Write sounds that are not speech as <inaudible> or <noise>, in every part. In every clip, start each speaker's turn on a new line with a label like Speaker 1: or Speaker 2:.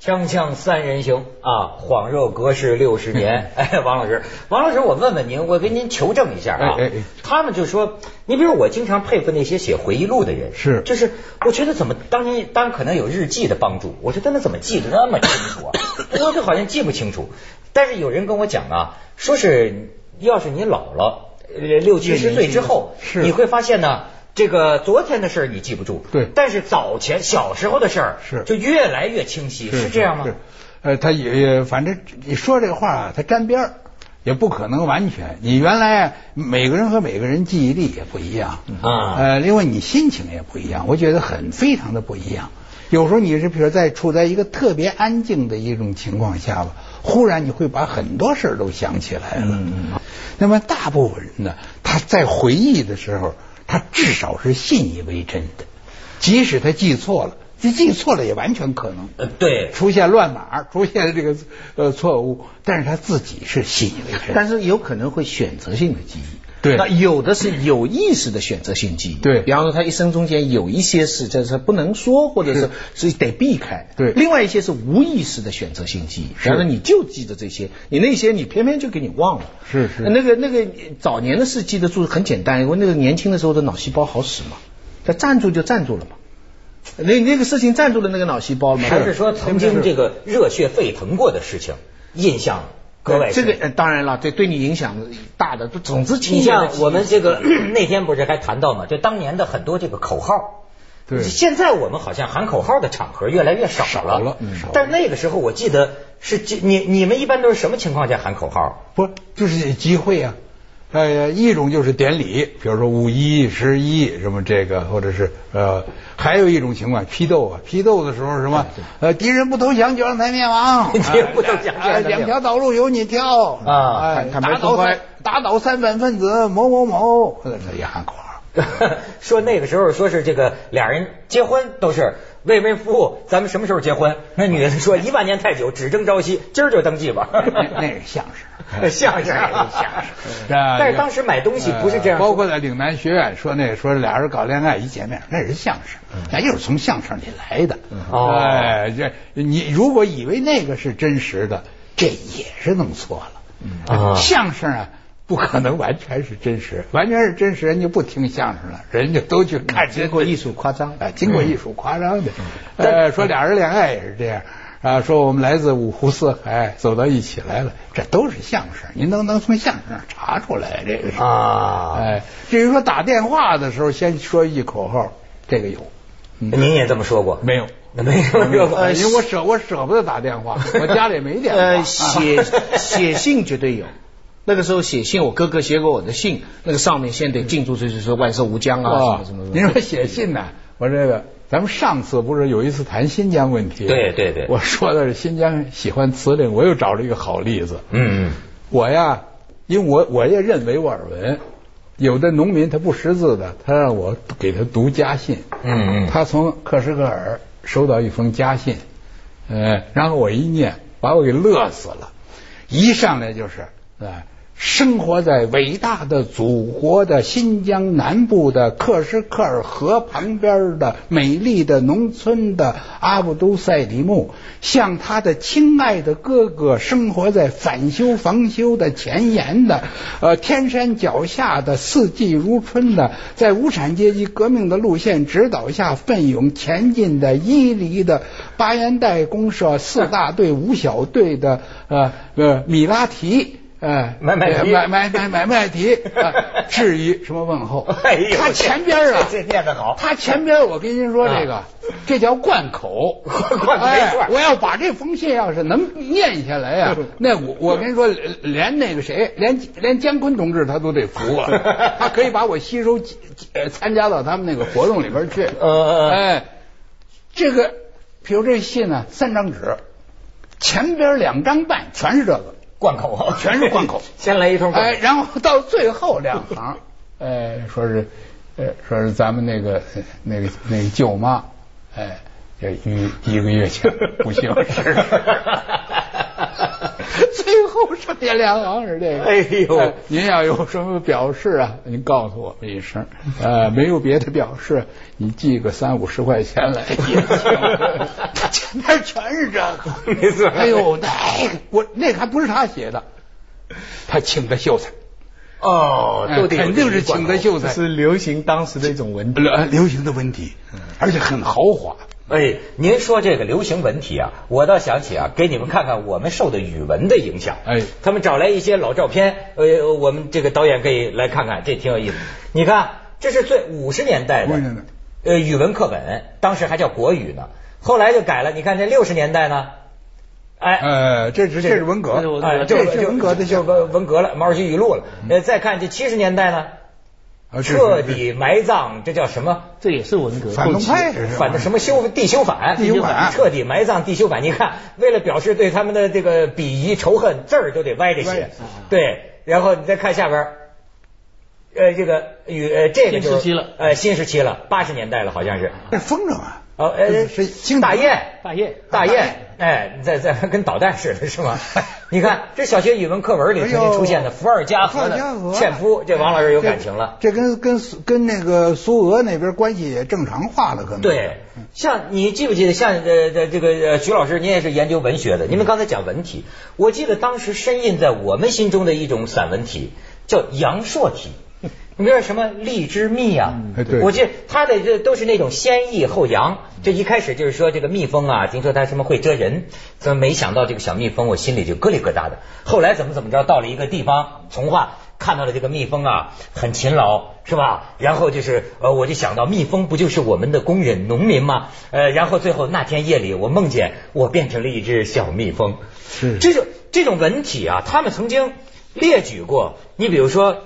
Speaker 1: 锵锵三人行啊，恍若隔世六十
Speaker 2: <laughs>
Speaker 1: 年。哎，王老师，王老师，我问问您，我给您求证一下啊。
Speaker 2: 哎哎哎
Speaker 1: 他们就说，你比如我经常佩服那些写回忆录的人，
Speaker 2: 是
Speaker 1: 就是我觉得怎么当年当然可能有日记的帮助，我觉得那怎么记得那么清楚
Speaker 2: <laughs>
Speaker 1: 啊？我就好像记不清楚。但是有人跟我讲啊，说是要是你老了，呃六七十岁之后，
Speaker 2: 是
Speaker 1: 你会发现呢。这个昨天的事儿你记不住，
Speaker 2: 对
Speaker 1: 但是早前小时候的事儿
Speaker 2: 是
Speaker 1: 就越来越清晰，是这样吗？
Speaker 2: 是，呃，他也也反正你说这个话啊，他沾边儿，也不可能完全。你原来啊每个人和每个人记忆力也不一样
Speaker 1: 啊
Speaker 2: 呃，另外你心情也不一样，我觉得很非常的不一样。有时候你是比如说在处在一个特别安静的一种情况下吧，忽然你会把很多事儿都想起来
Speaker 1: 嗯
Speaker 2: 了。那么大部分人呢，他在回忆的时候，他至少是信以为真的，即使他记错了，这记错了也完全可能。
Speaker 1: 呃，对，
Speaker 2: 出现乱码，出现这个呃错误，但是他自己是信以为真。
Speaker 3: 但是有可能会选择性的记忆。
Speaker 2: 对
Speaker 3: 那有的是有意识的选择性记忆，
Speaker 2: 对
Speaker 3: 比方说他一生中间有一些事，这是不能说，或者是是得避开，
Speaker 2: 对
Speaker 3: 另外一些是无意识的选择性记忆，比方说你就记得这些，你那些你偏偏就给你忘了，
Speaker 2: 是是
Speaker 3: 那个那个早年的事记得住很简单，因为那个年轻的时候的脑细胞好使嘛，他站住就站住了嘛，那那个事情站住了那个脑细胞了嘛，
Speaker 1: 还是说曾经这个热血沸腾过的事情，印象格外
Speaker 3: 这
Speaker 1: 深
Speaker 3: 个、呃当然了，对对你影响大的，总之
Speaker 1: 你
Speaker 3: 青年的嗯记
Speaker 1: 像
Speaker 3: 忆
Speaker 1: 我们这个 <clears throat> 那天不是还谈到嘛，就当年的很多这个口号。
Speaker 2: 对
Speaker 1: 现在我们好像喊口号的场合越来越少了，
Speaker 2: 少了嗯少了
Speaker 1: 但那个时候我记得是记你你们一般都是什么情况下喊口号？
Speaker 2: 不就是集会啊？呃，一种就是典礼，比如说五一、十一什么这个，或者是呃，还有一种情况批斗啊，批斗的时候什么呃，敌人不投降就让他灭
Speaker 1: <laughs>
Speaker 2: 亡，
Speaker 1: 敌人不投降就让
Speaker 2: 哎
Speaker 1: 他灭亡
Speaker 2: 两条道路由你挑
Speaker 1: 啊
Speaker 2: 哎
Speaker 3: 坦坦白
Speaker 2: 打
Speaker 3: 从
Speaker 2: 倒
Speaker 3: 宽
Speaker 2: 三打倒三反分子某某某，呃也喊口号。
Speaker 1: <laughs> 说那个时候说是这个俩人结婚都是为为夫妇，咱们什么时候结婚？那女的说一万年太久，只争朝夕，今儿就登记吧。，
Speaker 2: 那那是相
Speaker 1: <laughs>
Speaker 2: 声
Speaker 1: 相声啊
Speaker 2: 那是相 <laughs> 声。吧
Speaker 1: <laughs> 但是当时买东西不是这样
Speaker 2: 呃
Speaker 1: 说
Speaker 2: 包括在岭南学院说那说俩人搞恋爱一见面，那是相声，那就是从相声里来的。
Speaker 1: 嗯哦
Speaker 2: 哎，这你如果以为那个是真实的，这也是弄错了。
Speaker 1: 啊
Speaker 2: 相声啊。不可能完全是真实，完全是真实，人家不听相声了，人家都去
Speaker 1: 嗯
Speaker 2: 看。
Speaker 3: 经过艺术夸张
Speaker 2: 哎，经过艺术夸张的，呃，说俩人恋爱也是这样啊，说我们来自五湖四海，走到一起来了，这都是相声，您都能从相声上查出来这个是
Speaker 1: 啊
Speaker 2: 哎，至于说打电话的时候先说一句口号，这个有嗯
Speaker 1: 您也这么说过？
Speaker 2: 没有？
Speaker 1: 没有过。
Speaker 2: 呃因为我舍我舍不得打电话， <laughs> 我家里没电话。<laughs>
Speaker 3: 呃，写写信绝对有。那个时候写信，我哥哥写过我的信，那个上面先得敬祝谁谁谁万寿无疆啊，什
Speaker 2: 啊
Speaker 3: 么什么什么。
Speaker 2: 您说写信呢？我这个，咱们上次不是有一次谈新疆问题？
Speaker 1: 对对对
Speaker 2: 我说的是新疆喜欢词令，我又找了一个好例子。
Speaker 1: 嗯，
Speaker 2: 我呀，因为我我也认维吾尔文，有的农民他不识字的，他让我给他读家信。
Speaker 1: 嗯嗯
Speaker 2: 他从克什克尔收到一封家信，呃，然后我一念，把我给乐死了。一上来就是，呃，生活在伟大的祖国的新疆南部的克什克尔河旁边的美丽的农村的阿卜都塞里木，向他的亲爱的哥哥，生活在反修防修的前沿的，呃，天山脚下的四季如春的，呃在无产阶级革命的路线指导下奋勇前进的伊犁的巴彦代公社四大队五小队的呃呃米拉提。呃，
Speaker 1: 买买提
Speaker 2: 买 <laughs> 买买买买提，呃至于什么问候？
Speaker 1: <laughs> 哎呦
Speaker 2: 他前边啊，
Speaker 1: 这这念得好
Speaker 2: 他前边我跟您说这个
Speaker 1: 啊，
Speaker 2: 这叫贯口，
Speaker 1: 贯 <laughs> 贯没错
Speaker 2: 哎我要把这封信要是能念下来呀、那我我跟你说，连连那个谁，连连姜昆同志他都得服我，
Speaker 1: <laughs>
Speaker 2: 他可以把我吸收进呃参加到他们那个活动里边去。
Speaker 1: 呃
Speaker 2: 哎，这个比如这信呢、三张纸，前边两张半全是这个，
Speaker 1: 贯口，啊 <laughs>
Speaker 2: 全是贯口
Speaker 1: 先来一通贯口。
Speaker 2: 哎，然后到最后两行， <laughs> 哎，说是，呃，说是咱们那个呃那个那个舅妈，哎， <laughs> 这一一个月前不幸逝世后上点两行是这个。
Speaker 1: 哎呦
Speaker 2: 您要有什么表示啊，您告诉我们一声。呃，没有别的表示，你寄个三五十块钱来也行。他 <laughs> 前面全是这 <laughs> 个，
Speaker 1: 没错
Speaker 2: 哎呦，那我那个还不是他写的，他请的秀才，
Speaker 1: 哦，都得有
Speaker 2: 哎肯定是
Speaker 1: 这一
Speaker 2: 请
Speaker 1: 罐
Speaker 2: 的
Speaker 1: 头
Speaker 2: 秀才，
Speaker 3: 是流行当时的一种文体。
Speaker 2: 流呃流行的文体，而且很豪华。
Speaker 1: 哎，您说这个流行文体啊，我倒想起啊，给你们看看我们受的语文的影响。
Speaker 2: 哎
Speaker 1: 他们找来一些老照片，呃，我们这个导演可以来看看，这挺有意思。你看，这是最五十年代的
Speaker 2: 50年代
Speaker 1: 呃语文课本，当时还叫国语呢，后来就改了。你看这六十年代呢，哎。
Speaker 2: 呃，这是这是文
Speaker 3: 这是
Speaker 2: 革
Speaker 3: 文，
Speaker 1: 哎，
Speaker 2: 这
Speaker 1: 就是
Speaker 2: 文革的
Speaker 1: 就
Speaker 2: 秀，
Speaker 1: 文文革了，毛主席语录了。呃，再看这七十年代呢，
Speaker 2: 啊这是
Speaker 1: 彻底埋葬，这叫什么？
Speaker 3: 这也是文革。
Speaker 2: 反动派，这是
Speaker 1: 反正什么修地修反，
Speaker 2: 嗯地修反
Speaker 1: 彻底埋葬地修反。你看，为了表示对他们的这个鄙夷仇恨，字儿都得歪着
Speaker 2: 歪着
Speaker 1: 写
Speaker 2: 写。
Speaker 1: 对，然后你再看下边儿，呃，这个与呃这个就是
Speaker 3: 新时期了
Speaker 1: 呃新时期了，八十年代了好像是。
Speaker 2: 那风筝啊，
Speaker 1: 哦，呃，
Speaker 2: 是清
Speaker 1: 大
Speaker 2: 大
Speaker 1: 雁，
Speaker 3: 大雁
Speaker 1: 大雁，哎，在 <laughs> 在跟导弹似的，是
Speaker 2: <laughs>
Speaker 1: 吗？你看这小学语文课文里曾经出现的伏尔加河
Speaker 2: 哎伏尔
Speaker 1: 的
Speaker 2: 加河
Speaker 1: 纤夫，这王老师有感情了。
Speaker 2: 这这跟跟苏跟那个苏俄那边关系也正常化了，可能
Speaker 1: 对，像你记不记得，像呃呃这个呃徐老师，您也是研究文学的，你们
Speaker 2: 嗯
Speaker 1: 刚才讲文体，我记得当时深印在我们心中的一种散文体叫阳朔体。你比如说什么荔枝蜜啊
Speaker 2: 哎，对
Speaker 1: 我记得他的这都是那种先抑后扬，这一开始就是说这个蜜蜂啊，听说它什么会蜇人，怎么没想到这个小蜜蜂，我心里就咯里咯哒的。后来怎么怎么着，到了一个地方，从化看到了这个蜜蜂啊，很勤劳，是吧？然后就是呃，我就想到蜜蜂不就是我们的工人、农民吗？呃，然后最后那天夜里，我梦见我变成了一只小蜜蜂。
Speaker 2: 是
Speaker 1: 这种这种文体啊，他们曾经列举过。你比如说，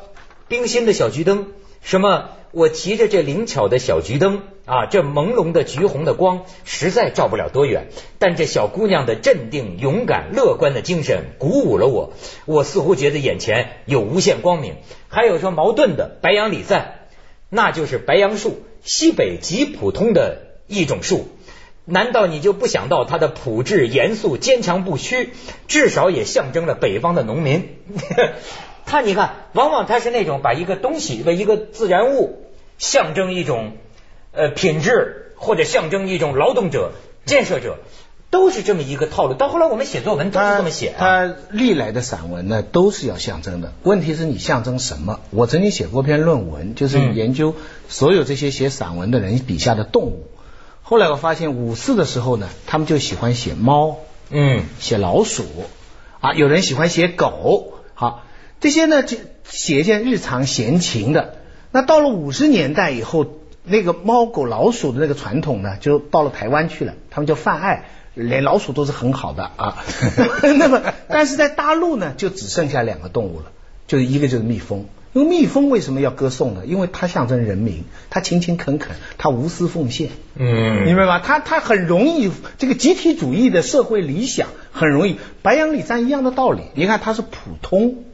Speaker 1: 冰心的小桔灯，什么我骑着这灵巧的小桔灯啊，这朦胧的橘红的光，实在照不了多远。但这小姑娘的镇定、勇敢、乐观的精神鼓舞了我，我似乎觉得眼前有无限光明。还有说茅盾的白杨李赞，那就是白杨树，西北极普通的一种树。难道你就不想到它的朴质、严肃、坚强不屈，至少也象征了北方的农民？ <laughs> 他你看，往往他是那种把一个东西、把一个自然物象征一种呃品质，或者象征一种劳动者、建设者，都是这么一个套路。到后来我们写作文都是
Speaker 3: 他
Speaker 1: 这么写啊。
Speaker 3: 他历来的散文呢，都是要象征的。问题是你象征什么？我曾经写过篇论文，就是
Speaker 1: 嗯
Speaker 3: 研究所有这些写散文的人笔下的动物。后来我发现，五四的时候呢，他们就喜欢写猫，
Speaker 1: 嗯，
Speaker 3: 写老鼠啊，有人喜欢写狗，好，这些呢就写一件日常闲情的。那到了五十年代以后，那个猫狗老鼠的那个传统呢，就到了台湾去了，他们叫泛爱，连老鼠都是很好的啊。 <laughs> 那么，但是在大陆呢，就只剩下两个动物了，就是一个就是蜜蜂。因为蜜蜂为什么要歌颂呢？因为它象征人民，它勤勤恳恳，它无私奉献。
Speaker 1: 嗯
Speaker 3: 明白吧？他他很容易，这个集体主义的社会理想很容易。白杨李赞一样的道理，你看他是普通，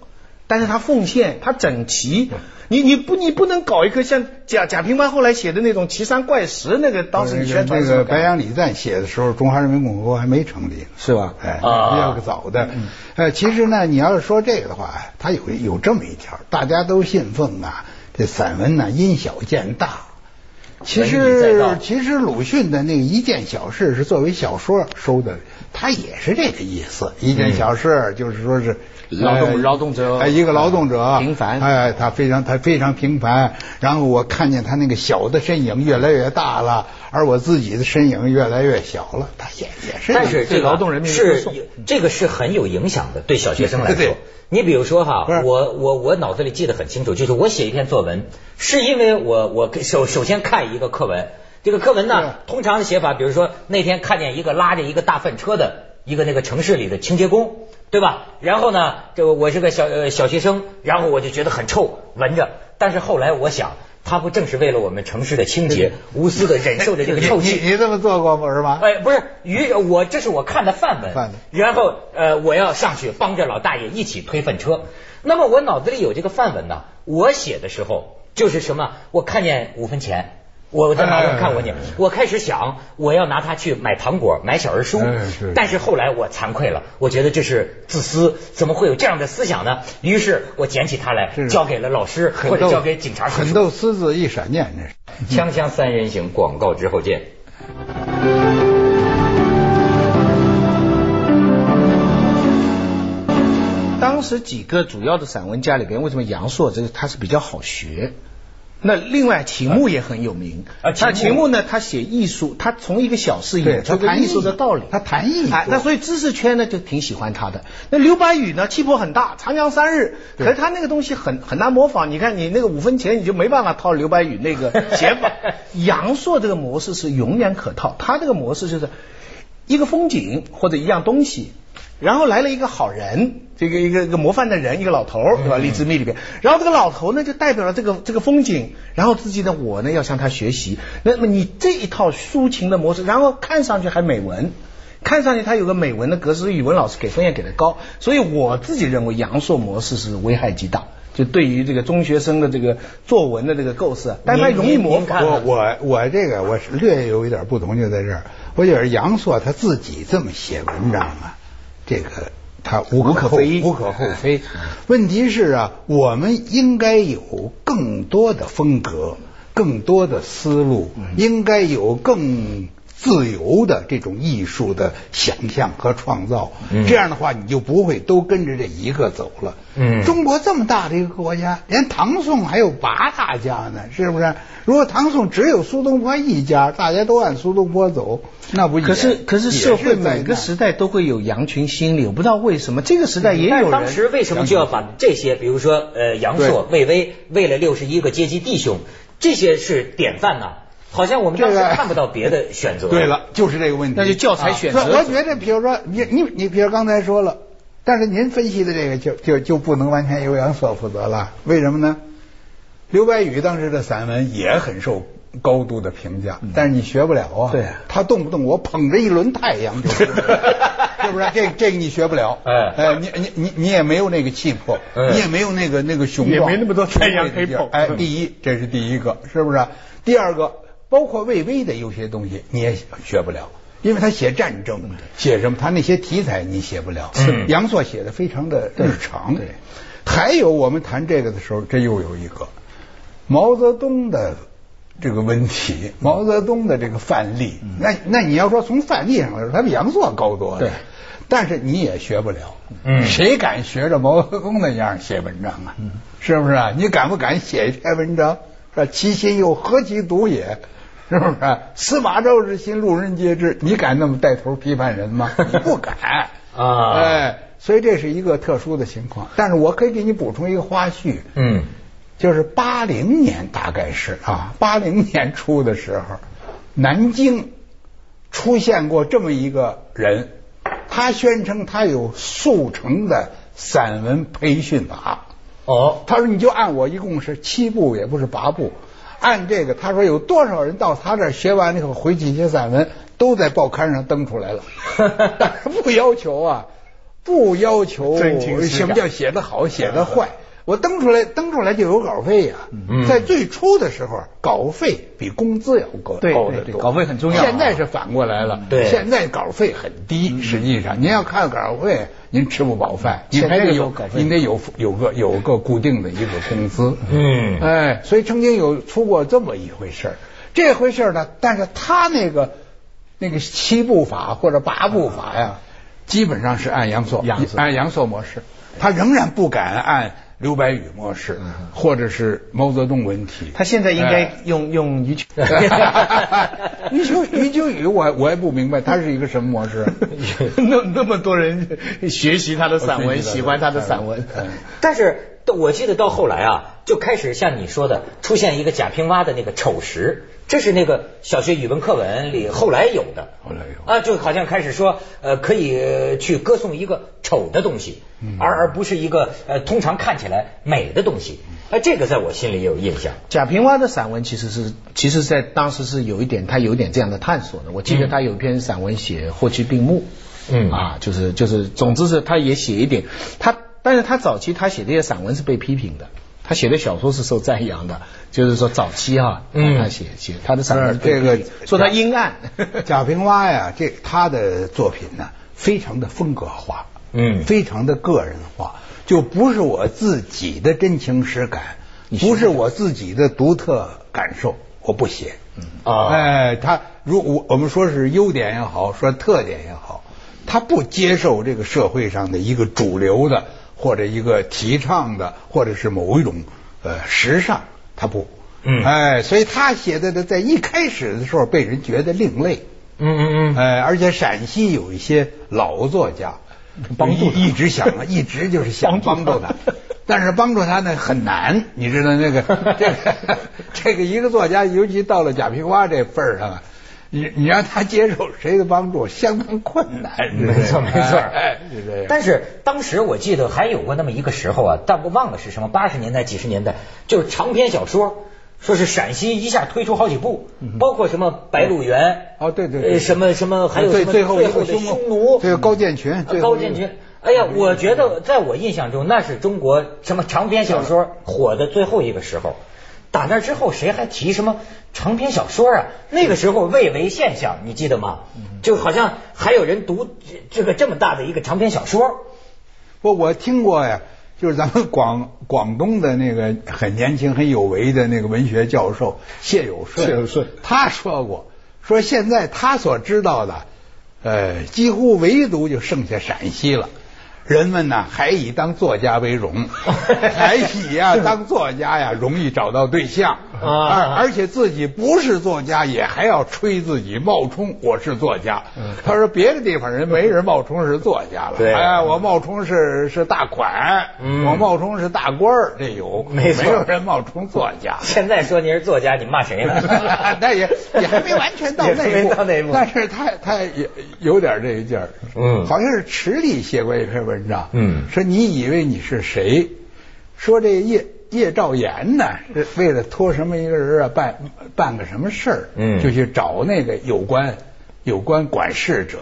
Speaker 3: 但是他奉献，他整齐。你你不你不能搞一个像贾贾平凹后来写的那种奇山怪石那个，当时你宣传
Speaker 2: 那
Speaker 3: 什么
Speaker 2: 呃个
Speaker 3: 感
Speaker 2: 白
Speaker 3: 觉
Speaker 2: 杨礼赞写的时候，中华人民共和国还没成立呢。
Speaker 3: 是吧？
Speaker 2: 哎，
Speaker 1: 啊
Speaker 2: 比较早的。
Speaker 3: 嗯
Speaker 2: 呃，其实呢，你要是说这个的话，它有有这么一条，大家都信奉啊，这散文呢因小见大。其
Speaker 1: 文以载
Speaker 2: 实
Speaker 1: 道，
Speaker 2: 其实鲁迅的那个《一件小事》是作为小说收的，他也是这个意思。一件小事就是说是
Speaker 3: 嗯劳动
Speaker 2: 呃
Speaker 3: 劳动者啊
Speaker 2: 哎一个劳动者
Speaker 3: 平凡
Speaker 2: 哎，他非常他非常平凡。然后我看见他那个小的身影越来越大了，而我自己的身影越来越小了。他也也是这个，
Speaker 1: 但是这
Speaker 3: 对
Speaker 1: 个
Speaker 3: 劳动人民的歌
Speaker 1: 是
Speaker 3: 颂
Speaker 1: 有这个是很有影响的，对小学生来说
Speaker 2: 对。
Speaker 1: 你比如说哈
Speaker 2: 不是，
Speaker 1: 我我我脑子里记得很清楚，就是我写一篇作文，是因为我我首首先看一个课文，这个课文呢，通常的写法，比如说那天看见一个拉着一个大粪车的一个那个城市里的清洁工，对吧？然后呢，这个我是个小呃小学生，然后我就觉得很臭，闻着。但是后来我想，他不正是为了我们城市的清洁，无私的忍受着这个臭
Speaker 2: <laughs> 你
Speaker 1: 气？
Speaker 2: 你你这么做过不是吗？
Speaker 1: 哎，不是，于我这是我看的范文，
Speaker 2: 范文
Speaker 1: 然后呃，我要上去帮着老大爷一起推粪车。那么我脑子里有这个范文呢，我写的时候就是什么，我看见五分钱，我在马路看过你
Speaker 2: 哎，
Speaker 1: 我开始想我要拿它去买糖果、买小人书
Speaker 2: 哎是，
Speaker 1: 但是后来我惭愧了，我觉得这是自私，怎么会有这样的思想呢？于是我捡起它来，
Speaker 2: 是
Speaker 1: 交给了老师
Speaker 2: 狠
Speaker 1: 或者
Speaker 2: 斗
Speaker 1: 交给警察叔
Speaker 2: 狠
Speaker 1: 叔。
Speaker 2: 斗狮子一闪念，这是。
Speaker 1: 锵锵三人行，广告之后见。
Speaker 3: 当时几个主要的散文家里边，为什么杨朔这个他是比较好学？那另外秦牧也很有名，
Speaker 1: 啊秦牧
Speaker 3: 那秦牧呢，他写艺术，他从一个小
Speaker 1: 嗯
Speaker 3: 事
Speaker 2: 对
Speaker 3: 引出
Speaker 2: 他
Speaker 3: 个
Speaker 2: 谈
Speaker 3: 艺术的道理，
Speaker 2: 他谈艺术
Speaker 3: 哎那所以知识圈呢就挺喜欢他的。那刘白羽呢，气魄很大，长江三日，可是他那个东西很很难模仿。你看你那个五分钱，你就没办法套刘白羽那个写法。杨朔这个模式是永远可套，他这个模式就是一个风景或者一样东西，然后来了一个好人，这个一个一个模范的人，一个老头儿，对吧？荔枝蜜里边，然后这个老头呢就代表了这个这个风景，然后自己呢我呢要向他学习，那么你这一套抒情的模式，然后看上去还美文。看上去他有个美文的格式，语文老师给分也给的高，所以我自己认为杨朔模式是危害极大，就对于这个中学生的这个作文的这个构思，啊但凡容易模
Speaker 1: 您看
Speaker 3: 仿，
Speaker 2: 我我我这个我是略有一点不同，就在这儿，我觉得杨朔他自己这么写文章啊，这个他无可
Speaker 3: 无可
Speaker 2: 厚
Speaker 3: 非议
Speaker 2: 无可厚非。问题是啊，我们应该有更多的风格，更多的思路，应该有更。自由的这种艺术的想象和创造，
Speaker 1: 嗯
Speaker 2: 这样的话你就不会都跟着这一个走了。
Speaker 1: 嗯
Speaker 2: 中国这么大的一个国家，连唐宋还有八大家呢，是不是？如果唐宋只有苏东坡一家，大家都按苏东坡走，那不也
Speaker 3: 可是可是社会每个时
Speaker 2: 代
Speaker 3: 代都会有羊群心理，我不知道为什么这个时代也有
Speaker 1: 但
Speaker 3: 人。
Speaker 1: 是当时为什么就要把这些，比如说呃杨朔、魏巍，为了六十一个阶级弟兄，这些是典范呐、啊好像我们当时
Speaker 2: 这个
Speaker 1: 看不到别的选择。
Speaker 2: 对了，就是这个问题。
Speaker 3: 那就教材选择
Speaker 2: 啊所以我觉得，比如说你你你，比如刚才说了，但是您分析的这个就就就不能完全由杨朔负责了，为什么呢？刘白羽当时的散文也很受高度的评价，但是你学不了啊。
Speaker 3: 嗯对啊
Speaker 2: 他动不动我捧着一轮太
Speaker 3: <laughs>
Speaker 2: 阳就是，是不是？这这个你学不了。
Speaker 1: 哎
Speaker 2: 哎，你你你你也没有那个气魄，
Speaker 1: 哎
Speaker 2: 你也没有那个那个雄
Speaker 3: 也
Speaker 2: 壮，
Speaker 3: 没那么多太阳可以捧
Speaker 2: 哎，第一，这是第一个，是不是？第二个，包括魏巍的有些东西你也学不了。因为他写战争，写什么？他那些题材你写不了。
Speaker 1: 是
Speaker 2: 杨朔写的非常的日常。
Speaker 3: 嗯对
Speaker 2: 还有我们谈这个的时候，这又有一个毛泽东的这个问题，毛泽东的这个范例。
Speaker 1: 嗯
Speaker 2: 那那你要说从范例上来说，他比杨朔高多了。
Speaker 3: 对
Speaker 2: 但是你也学不了。
Speaker 1: 嗯
Speaker 2: 谁敢学着毛泽东那样写文章啊？是不是啊？你敢不敢写一篇文章？是吧？其心又何其毒也。是不是啊？司马昭之心，路人皆知。你敢那么带头批判
Speaker 1: <laughs>
Speaker 2: 人吗？你不敢
Speaker 1: 啊
Speaker 2: 哎，所以这是一个特殊的情况。但是我可以给你补充一个花絮，
Speaker 1: 嗯，
Speaker 2: 就是八零年大概是啊，八零年初的时候，南京出现过这么一个人，他宣称他有速成的散文培训法。
Speaker 1: 哦，
Speaker 2: 他说你就按我一共是七步，也不是八步，按这个，他说有多少人到他这儿学完了以后回去写散文，都在报刊上登出来
Speaker 3: <laughs>
Speaker 2: 了，但是不要求啊，不要求
Speaker 3: 真情实感
Speaker 2: 什么叫写得好，写得坏。我登出来，登出来就有稿费呀、
Speaker 1: 嗯
Speaker 2: 在最初的时候，稿费比工资要高
Speaker 3: 对
Speaker 2: 高得
Speaker 3: 对对
Speaker 2: 多，
Speaker 3: 稿费很重要啊嗯
Speaker 2: 现在是反过来了，
Speaker 1: 对
Speaker 2: 现在稿费很低，实际上您要看稿费，您吃不饱饭，您还得
Speaker 3: 现在
Speaker 2: 有
Speaker 3: 有稿费
Speaker 2: 您得有有个有个固定的一个工资，
Speaker 1: 嗯
Speaker 2: 哎，所以曾经有出过这么一回事儿，这回事儿呢，但是他那个那个七步法或者八步法呀，基本上是按杨朔
Speaker 3: 杨朔
Speaker 2: 按杨朔模式，他仍然不敢按刘白羽模式或者是毛泽东文体，
Speaker 3: 嗯
Speaker 2: <laughs>
Speaker 3: <laughs> 他现在应
Speaker 2: 哎
Speaker 3: 该用、用 <laughs> 余秋
Speaker 2: 余秋余秋雨，我我也不明白他是一个什么模式。啊
Speaker 3: 那那么多人学习他的 <laughs> 散
Speaker 2: 我学
Speaker 3: 文，
Speaker 2: 习他的
Speaker 3: 喜欢他的散文。
Speaker 2: 散文
Speaker 1: 但是到我记得到后来啊，就开始像你说的，出现一个贾平凹的那个丑时，这是那个小学语文课文里后来有的。
Speaker 2: 后来
Speaker 3: 哦
Speaker 2: 有
Speaker 1: 啊，就好像开始说，呃，可以呃去歌颂一个丑的东西，而而不是一个呃通常看起来美的东西。哎，这个在我心里也有印象。
Speaker 3: 贾平凹的散文其实是，其实在当时是有一点，他有一点这样的探索的。我记得他有一篇散文写霍去病目，
Speaker 1: 嗯
Speaker 3: 啊，就是就是，总之是他也写一点，他但是他早期他写这些散文是被批评的。他写的小说是受赞扬的，就是说早期哈、
Speaker 1: 嗯
Speaker 3: 他写写他的散文
Speaker 2: 不是这个
Speaker 3: 说他阴暗，
Speaker 2: <laughs> 贾平凹呀，这他的作品呢，非常的风格化，
Speaker 1: 嗯
Speaker 2: 非常的个人化，就不是我自己的真情实感，不是我自己的独特感受，我不写。
Speaker 1: 啊
Speaker 2: 哎，他如我我们说是优点也好，说特点也好，他不接受这个社会上的一个主流的，或者一个提倡的，或者是某一种呃时尚，他不。
Speaker 1: 嗯
Speaker 2: 哎，所以他写的呢，在一开始的时候被人觉得另类。
Speaker 1: 嗯嗯
Speaker 3: <laughs>
Speaker 1: 嗯，
Speaker 2: 哎，而且陕西有一些老作家帮助一直想啊，一直就是想帮助他，但是帮助他呢很难，你知道那个这个这个一个作家，尤其到了贾平凹这份儿上啊。你你让他接受谁的帮助，相当困难。是不是
Speaker 1: 没错没错
Speaker 2: 哎，是这样。
Speaker 1: 但是当时我记得还有过那么一个时候啊，但我忘了是什么，八十年代、几十年代，就是长篇小说，说是陕西一下推出好几部，包括什么《白鹿原》
Speaker 2: 哦对对对
Speaker 1: 呃什么什么，还有
Speaker 2: 最
Speaker 1: 什么
Speaker 2: 最后一
Speaker 1: 后的
Speaker 2: 个匈奴
Speaker 1: 匈奴，
Speaker 2: 这个高渐群
Speaker 1: 呃
Speaker 2: 最后
Speaker 1: 高
Speaker 2: 一个
Speaker 1: 渐群。哎呀，我觉得在我印象中，那是中国什么长篇小说火的最后一个时候。打那之后，谁还提什么长篇小说啊？那个时候蔚为现象，你记得吗？
Speaker 2: 嗯
Speaker 1: 就好像还有人读这这个这么大的一个长篇小说。
Speaker 2: 不，我听过呀，就是咱们广广东的那个很年轻、很有为的那个文学教授谢有顺，
Speaker 3: 谢有顺
Speaker 2: 他说过，说现在他所知道的，呃，几乎唯独就剩下陕西了。人们呢，还以当作家为
Speaker 3: <laughs>
Speaker 2: 荣，还以呀、当作家呀容易找到对象，
Speaker 1: 啊
Speaker 2: 而而且自己不是作家，也还要吹自己冒充我是作家。他说别的地方人没人冒充是作家了，
Speaker 1: 嗯对
Speaker 2: 哎，我冒充是是大款，
Speaker 1: 嗯
Speaker 2: 我冒充是大官儿，这有，
Speaker 1: 没错。
Speaker 2: 没有人冒充作家？
Speaker 1: <laughs> 现在说你是作家，你骂谁呢
Speaker 2: <laughs> 那也也还没完全到
Speaker 1: <laughs> 也还
Speaker 2: 那一
Speaker 1: 没
Speaker 2: 步，
Speaker 1: 到那一步。
Speaker 2: 但是他他也有点这个劲儿，
Speaker 1: 嗯
Speaker 2: 好像是池力写过一篇文章，
Speaker 1: 嗯
Speaker 2: 说你以为你是谁？说这叶叶兆言呢，
Speaker 1: 嗯
Speaker 2: 是为了托什么一个人啊办办个什么事儿，
Speaker 1: 嗯
Speaker 2: 就去找那个有关有关管事者，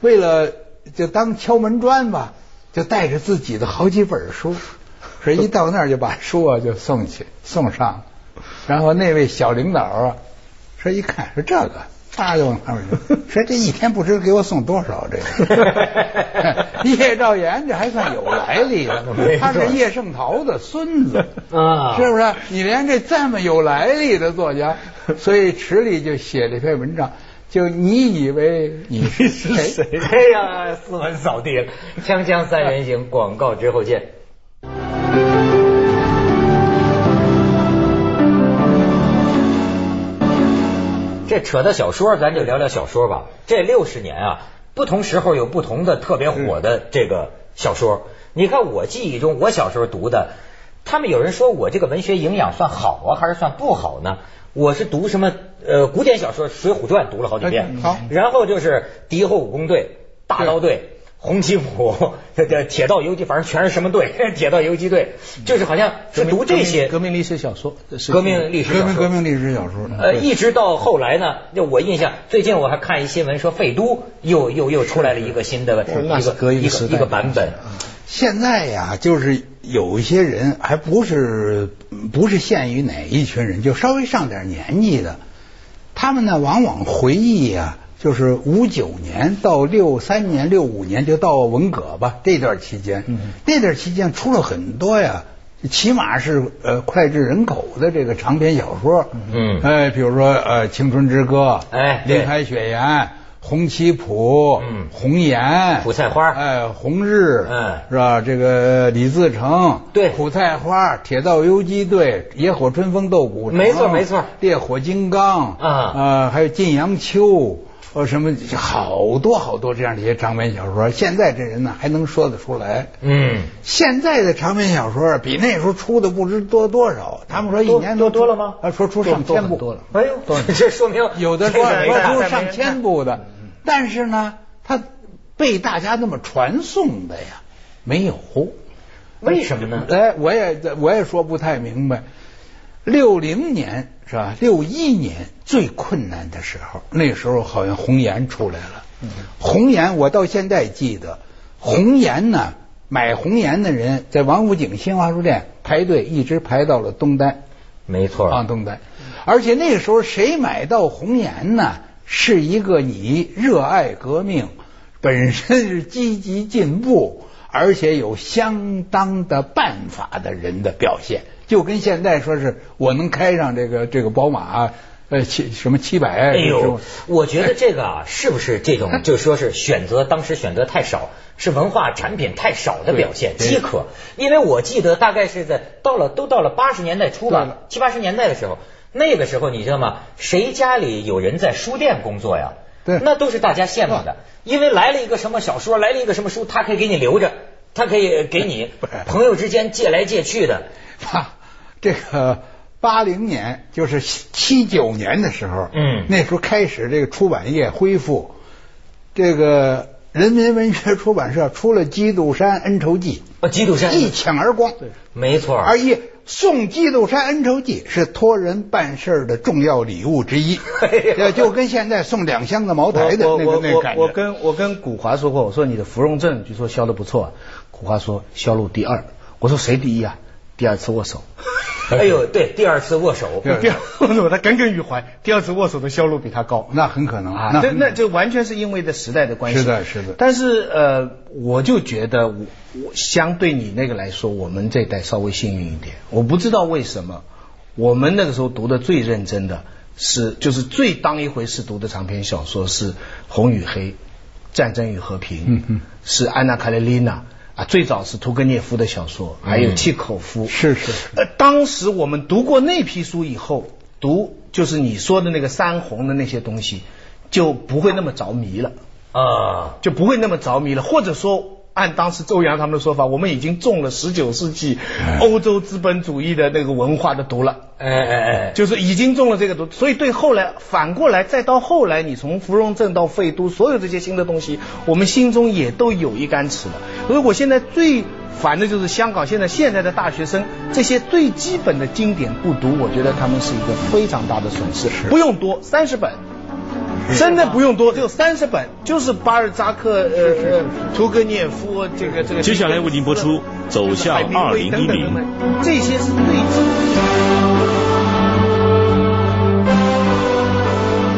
Speaker 2: 为了就当敲门砖吧，就带着自己的好几本书，说一到那儿就把书啊就送去送上，然后那位小领导啊说一看说这个。啪就往旁
Speaker 1: <laughs>
Speaker 2: 边扔，说这一天不知给我送多少这个。
Speaker 1: <laughs>
Speaker 2: 叶兆言这还算有来历的
Speaker 1: 没，错
Speaker 2: 他是叶圣陶的孙子，
Speaker 1: 啊
Speaker 2: 是不是？你连这这么有来历的
Speaker 1: <laughs>
Speaker 2: 作家，所以池里就写了一篇文章，就你以为你
Speaker 1: <laughs>
Speaker 2: 是谁？
Speaker 1: 哎呀，斯文扫地了！锵锵三人行，广告之后见。这扯到小说，咱就聊聊小说吧。这六十年啊，不同时候有不同的特别火的这个小说。你看我记忆中，我小时候读的，他们有人说我这个文学营养算好啊，还是算不好呢？我是读什么呃古典小说《水浒传》读了好几遍
Speaker 2: 嗯，好
Speaker 1: 然后就是敌后武工队、大刀队、红旗虎、 <laughs> 这这铁道游击，反正全是什么队， <laughs> 铁道游击队，就是好像是读这些
Speaker 3: 革命革命历史小说，呃是
Speaker 1: 革命历史小
Speaker 2: 革命
Speaker 1: 说
Speaker 2: 革命历史小说。
Speaker 1: 呃，一直到后来呢，就我印象，最近我还看一新闻说，废都又又又出来了一个新的
Speaker 3: 是
Speaker 1: 一
Speaker 3: 哦那是
Speaker 1: 个
Speaker 3: 隔
Speaker 1: 一
Speaker 3: 一个
Speaker 1: 个
Speaker 3: 时代啊
Speaker 1: 一个版本，
Speaker 2: 现在呀，就是有一些人还不是不是限于哪一群人，就稍微上点年纪的，他们呢往往回忆呀、就是五九年到六三年、六五年，就到文革吧这段期间，
Speaker 3: 嗯
Speaker 2: 那段期间出了很多呀，起码是呃脍炙人口的这个长篇小说，
Speaker 1: 嗯
Speaker 2: 哎，比如说呃《青春之歌》，
Speaker 1: 哎对
Speaker 2: 林海雪原》。红旗谱，
Speaker 1: 嗯
Speaker 2: 红岩，
Speaker 1: 苦菜花
Speaker 2: 哎，红日，
Speaker 1: 嗯
Speaker 2: 是吧？这个李自成，
Speaker 1: 对
Speaker 2: 苦菜花，铁道游击队，野火春风斗古城，
Speaker 1: 没错没错
Speaker 2: 烈火金
Speaker 1: 啊
Speaker 2: 刚，呃，还有晋阳秋，呃，什么好多好多这样的一些长篇小说，现在这人呢还能说得出来。
Speaker 1: 嗯，
Speaker 2: 现在的长篇小说比那时候出的不知多多少，他们说一
Speaker 1: 多
Speaker 2: 年
Speaker 1: 多
Speaker 2: 能
Speaker 1: 多
Speaker 2: 出
Speaker 1: 了吗
Speaker 2: 啊，说出
Speaker 3: 多
Speaker 2: 上千
Speaker 3: 多
Speaker 2: 部
Speaker 3: 很多了
Speaker 1: 哎呦，这说明
Speaker 2: 有的
Speaker 1: 这
Speaker 2: 说
Speaker 1: <laughs> 个没大
Speaker 2: 说出
Speaker 1: 没
Speaker 2: 上千部的，但是呢，它被大家那么传颂的呀，没有。
Speaker 1: 为什么呢？
Speaker 2: 哎，我也我也说不太明白。六零年是吧？六一年最困难的时候，那时候好像红岩出来了。红岩，我到现在记得，红岩呢，买红岩的人在王府井新华书店排队一直排到了东单。
Speaker 1: 没错
Speaker 2: 啊，东单。而且那个时候谁买到红岩呢？是一个你热爱革命，本身是积极进步，而且有相当的办法的人的表现，就跟现在说是我能开上这个这个宝马，呃七什么七百，
Speaker 1: 哎
Speaker 2: 什
Speaker 1: 呦
Speaker 2: 么，
Speaker 1: 我觉得这个
Speaker 2: 哎
Speaker 1: 啊，是不是这种就说是选择当时选择太少，是文化产品太少的表现，
Speaker 2: 对
Speaker 1: 饥渴。因为我记得大概是在到了都到了八十年代初
Speaker 2: 对
Speaker 1: 吧，七八十年代的时候，那个时候你知道吗？谁家里有人在书店工作呀？
Speaker 2: 对
Speaker 1: 那都是大家羡慕的，因为来了一个什么小说，来了一个什么书，他可以给你留着，他可以给你
Speaker 2: <laughs> 不是
Speaker 1: 朋友之间借来借去的。
Speaker 2: 啊，这个八零年就是七九年的时候，
Speaker 1: 嗯
Speaker 2: 那时候开始这个出版业恢复，这个人民文学出版社出了《基督山恩仇记
Speaker 1: 啊，基督》，山，
Speaker 2: 一哎抢而光。
Speaker 1: 没错，
Speaker 2: 而一送《基督山恩仇记》是托人办事儿的重要礼物之一
Speaker 1: 哎，呦
Speaker 2: 这就跟现在送两箱子茅台的
Speaker 3: 我
Speaker 2: 那个
Speaker 3: 我我
Speaker 2: 那个感
Speaker 3: 我我
Speaker 2: 觉。
Speaker 3: 跟我跟古华说过，我说你的芙蓉镇据说销的不错、啊，古华说销路第二，我说谁第一啊？第二次握手，
Speaker 1: 哎呦，对，第二次握手，
Speaker 2: 对
Speaker 3: 第二次握手他耿耿于怀，第二次握手的销路比他高。
Speaker 2: 那很可能，
Speaker 3: 啊，
Speaker 2: 那
Speaker 3: 这
Speaker 2: 很
Speaker 3: 那就完全是因为的时代的关系。
Speaker 2: 是的是的
Speaker 3: 但是呃，我就觉得我我相对你那个来说，我们这一代稍微幸运一点。我不知道为什么，我们那个时候读的最认真的是，就是最当一回事读的长篇小说是《红与黑》《战争与和平》，
Speaker 2: 嗯嗯
Speaker 3: 是安娜·卡列尼娜啊，最早是屠格涅夫的小说，还
Speaker 2: 嗯
Speaker 3: 有契可夫。
Speaker 2: 是是
Speaker 3: 呃，当时我们读过那批书以后，读就是你说的那个三红的那些东西，就不会那么着迷了，
Speaker 1: 啊，
Speaker 3: 就不会那么着迷了，或者说。按当时周扬他们的说法，我们已经中了十九世纪
Speaker 2: 哎
Speaker 3: 欧洲资本主义的那个文化的毒了，
Speaker 1: 哎哎哎，
Speaker 3: 就是已经中了这个毒，所以对后来反过来再到后来，你从芙蓉镇到废都，所有这些新的东西，我们心中也都有一杆尺了。所以我现在最烦的就是香港现在现在的大学生，这些最基本的经典不读，我觉得他们是一个非常大的损失。不用多，三十本。真的不用多，就三十本，就是巴尔扎克、呃，屠格涅夫这个这个。
Speaker 4: 接下来为您播出走向
Speaker 3: 海明威等等等等
Speaker 4: 2010
Speaker 3: 这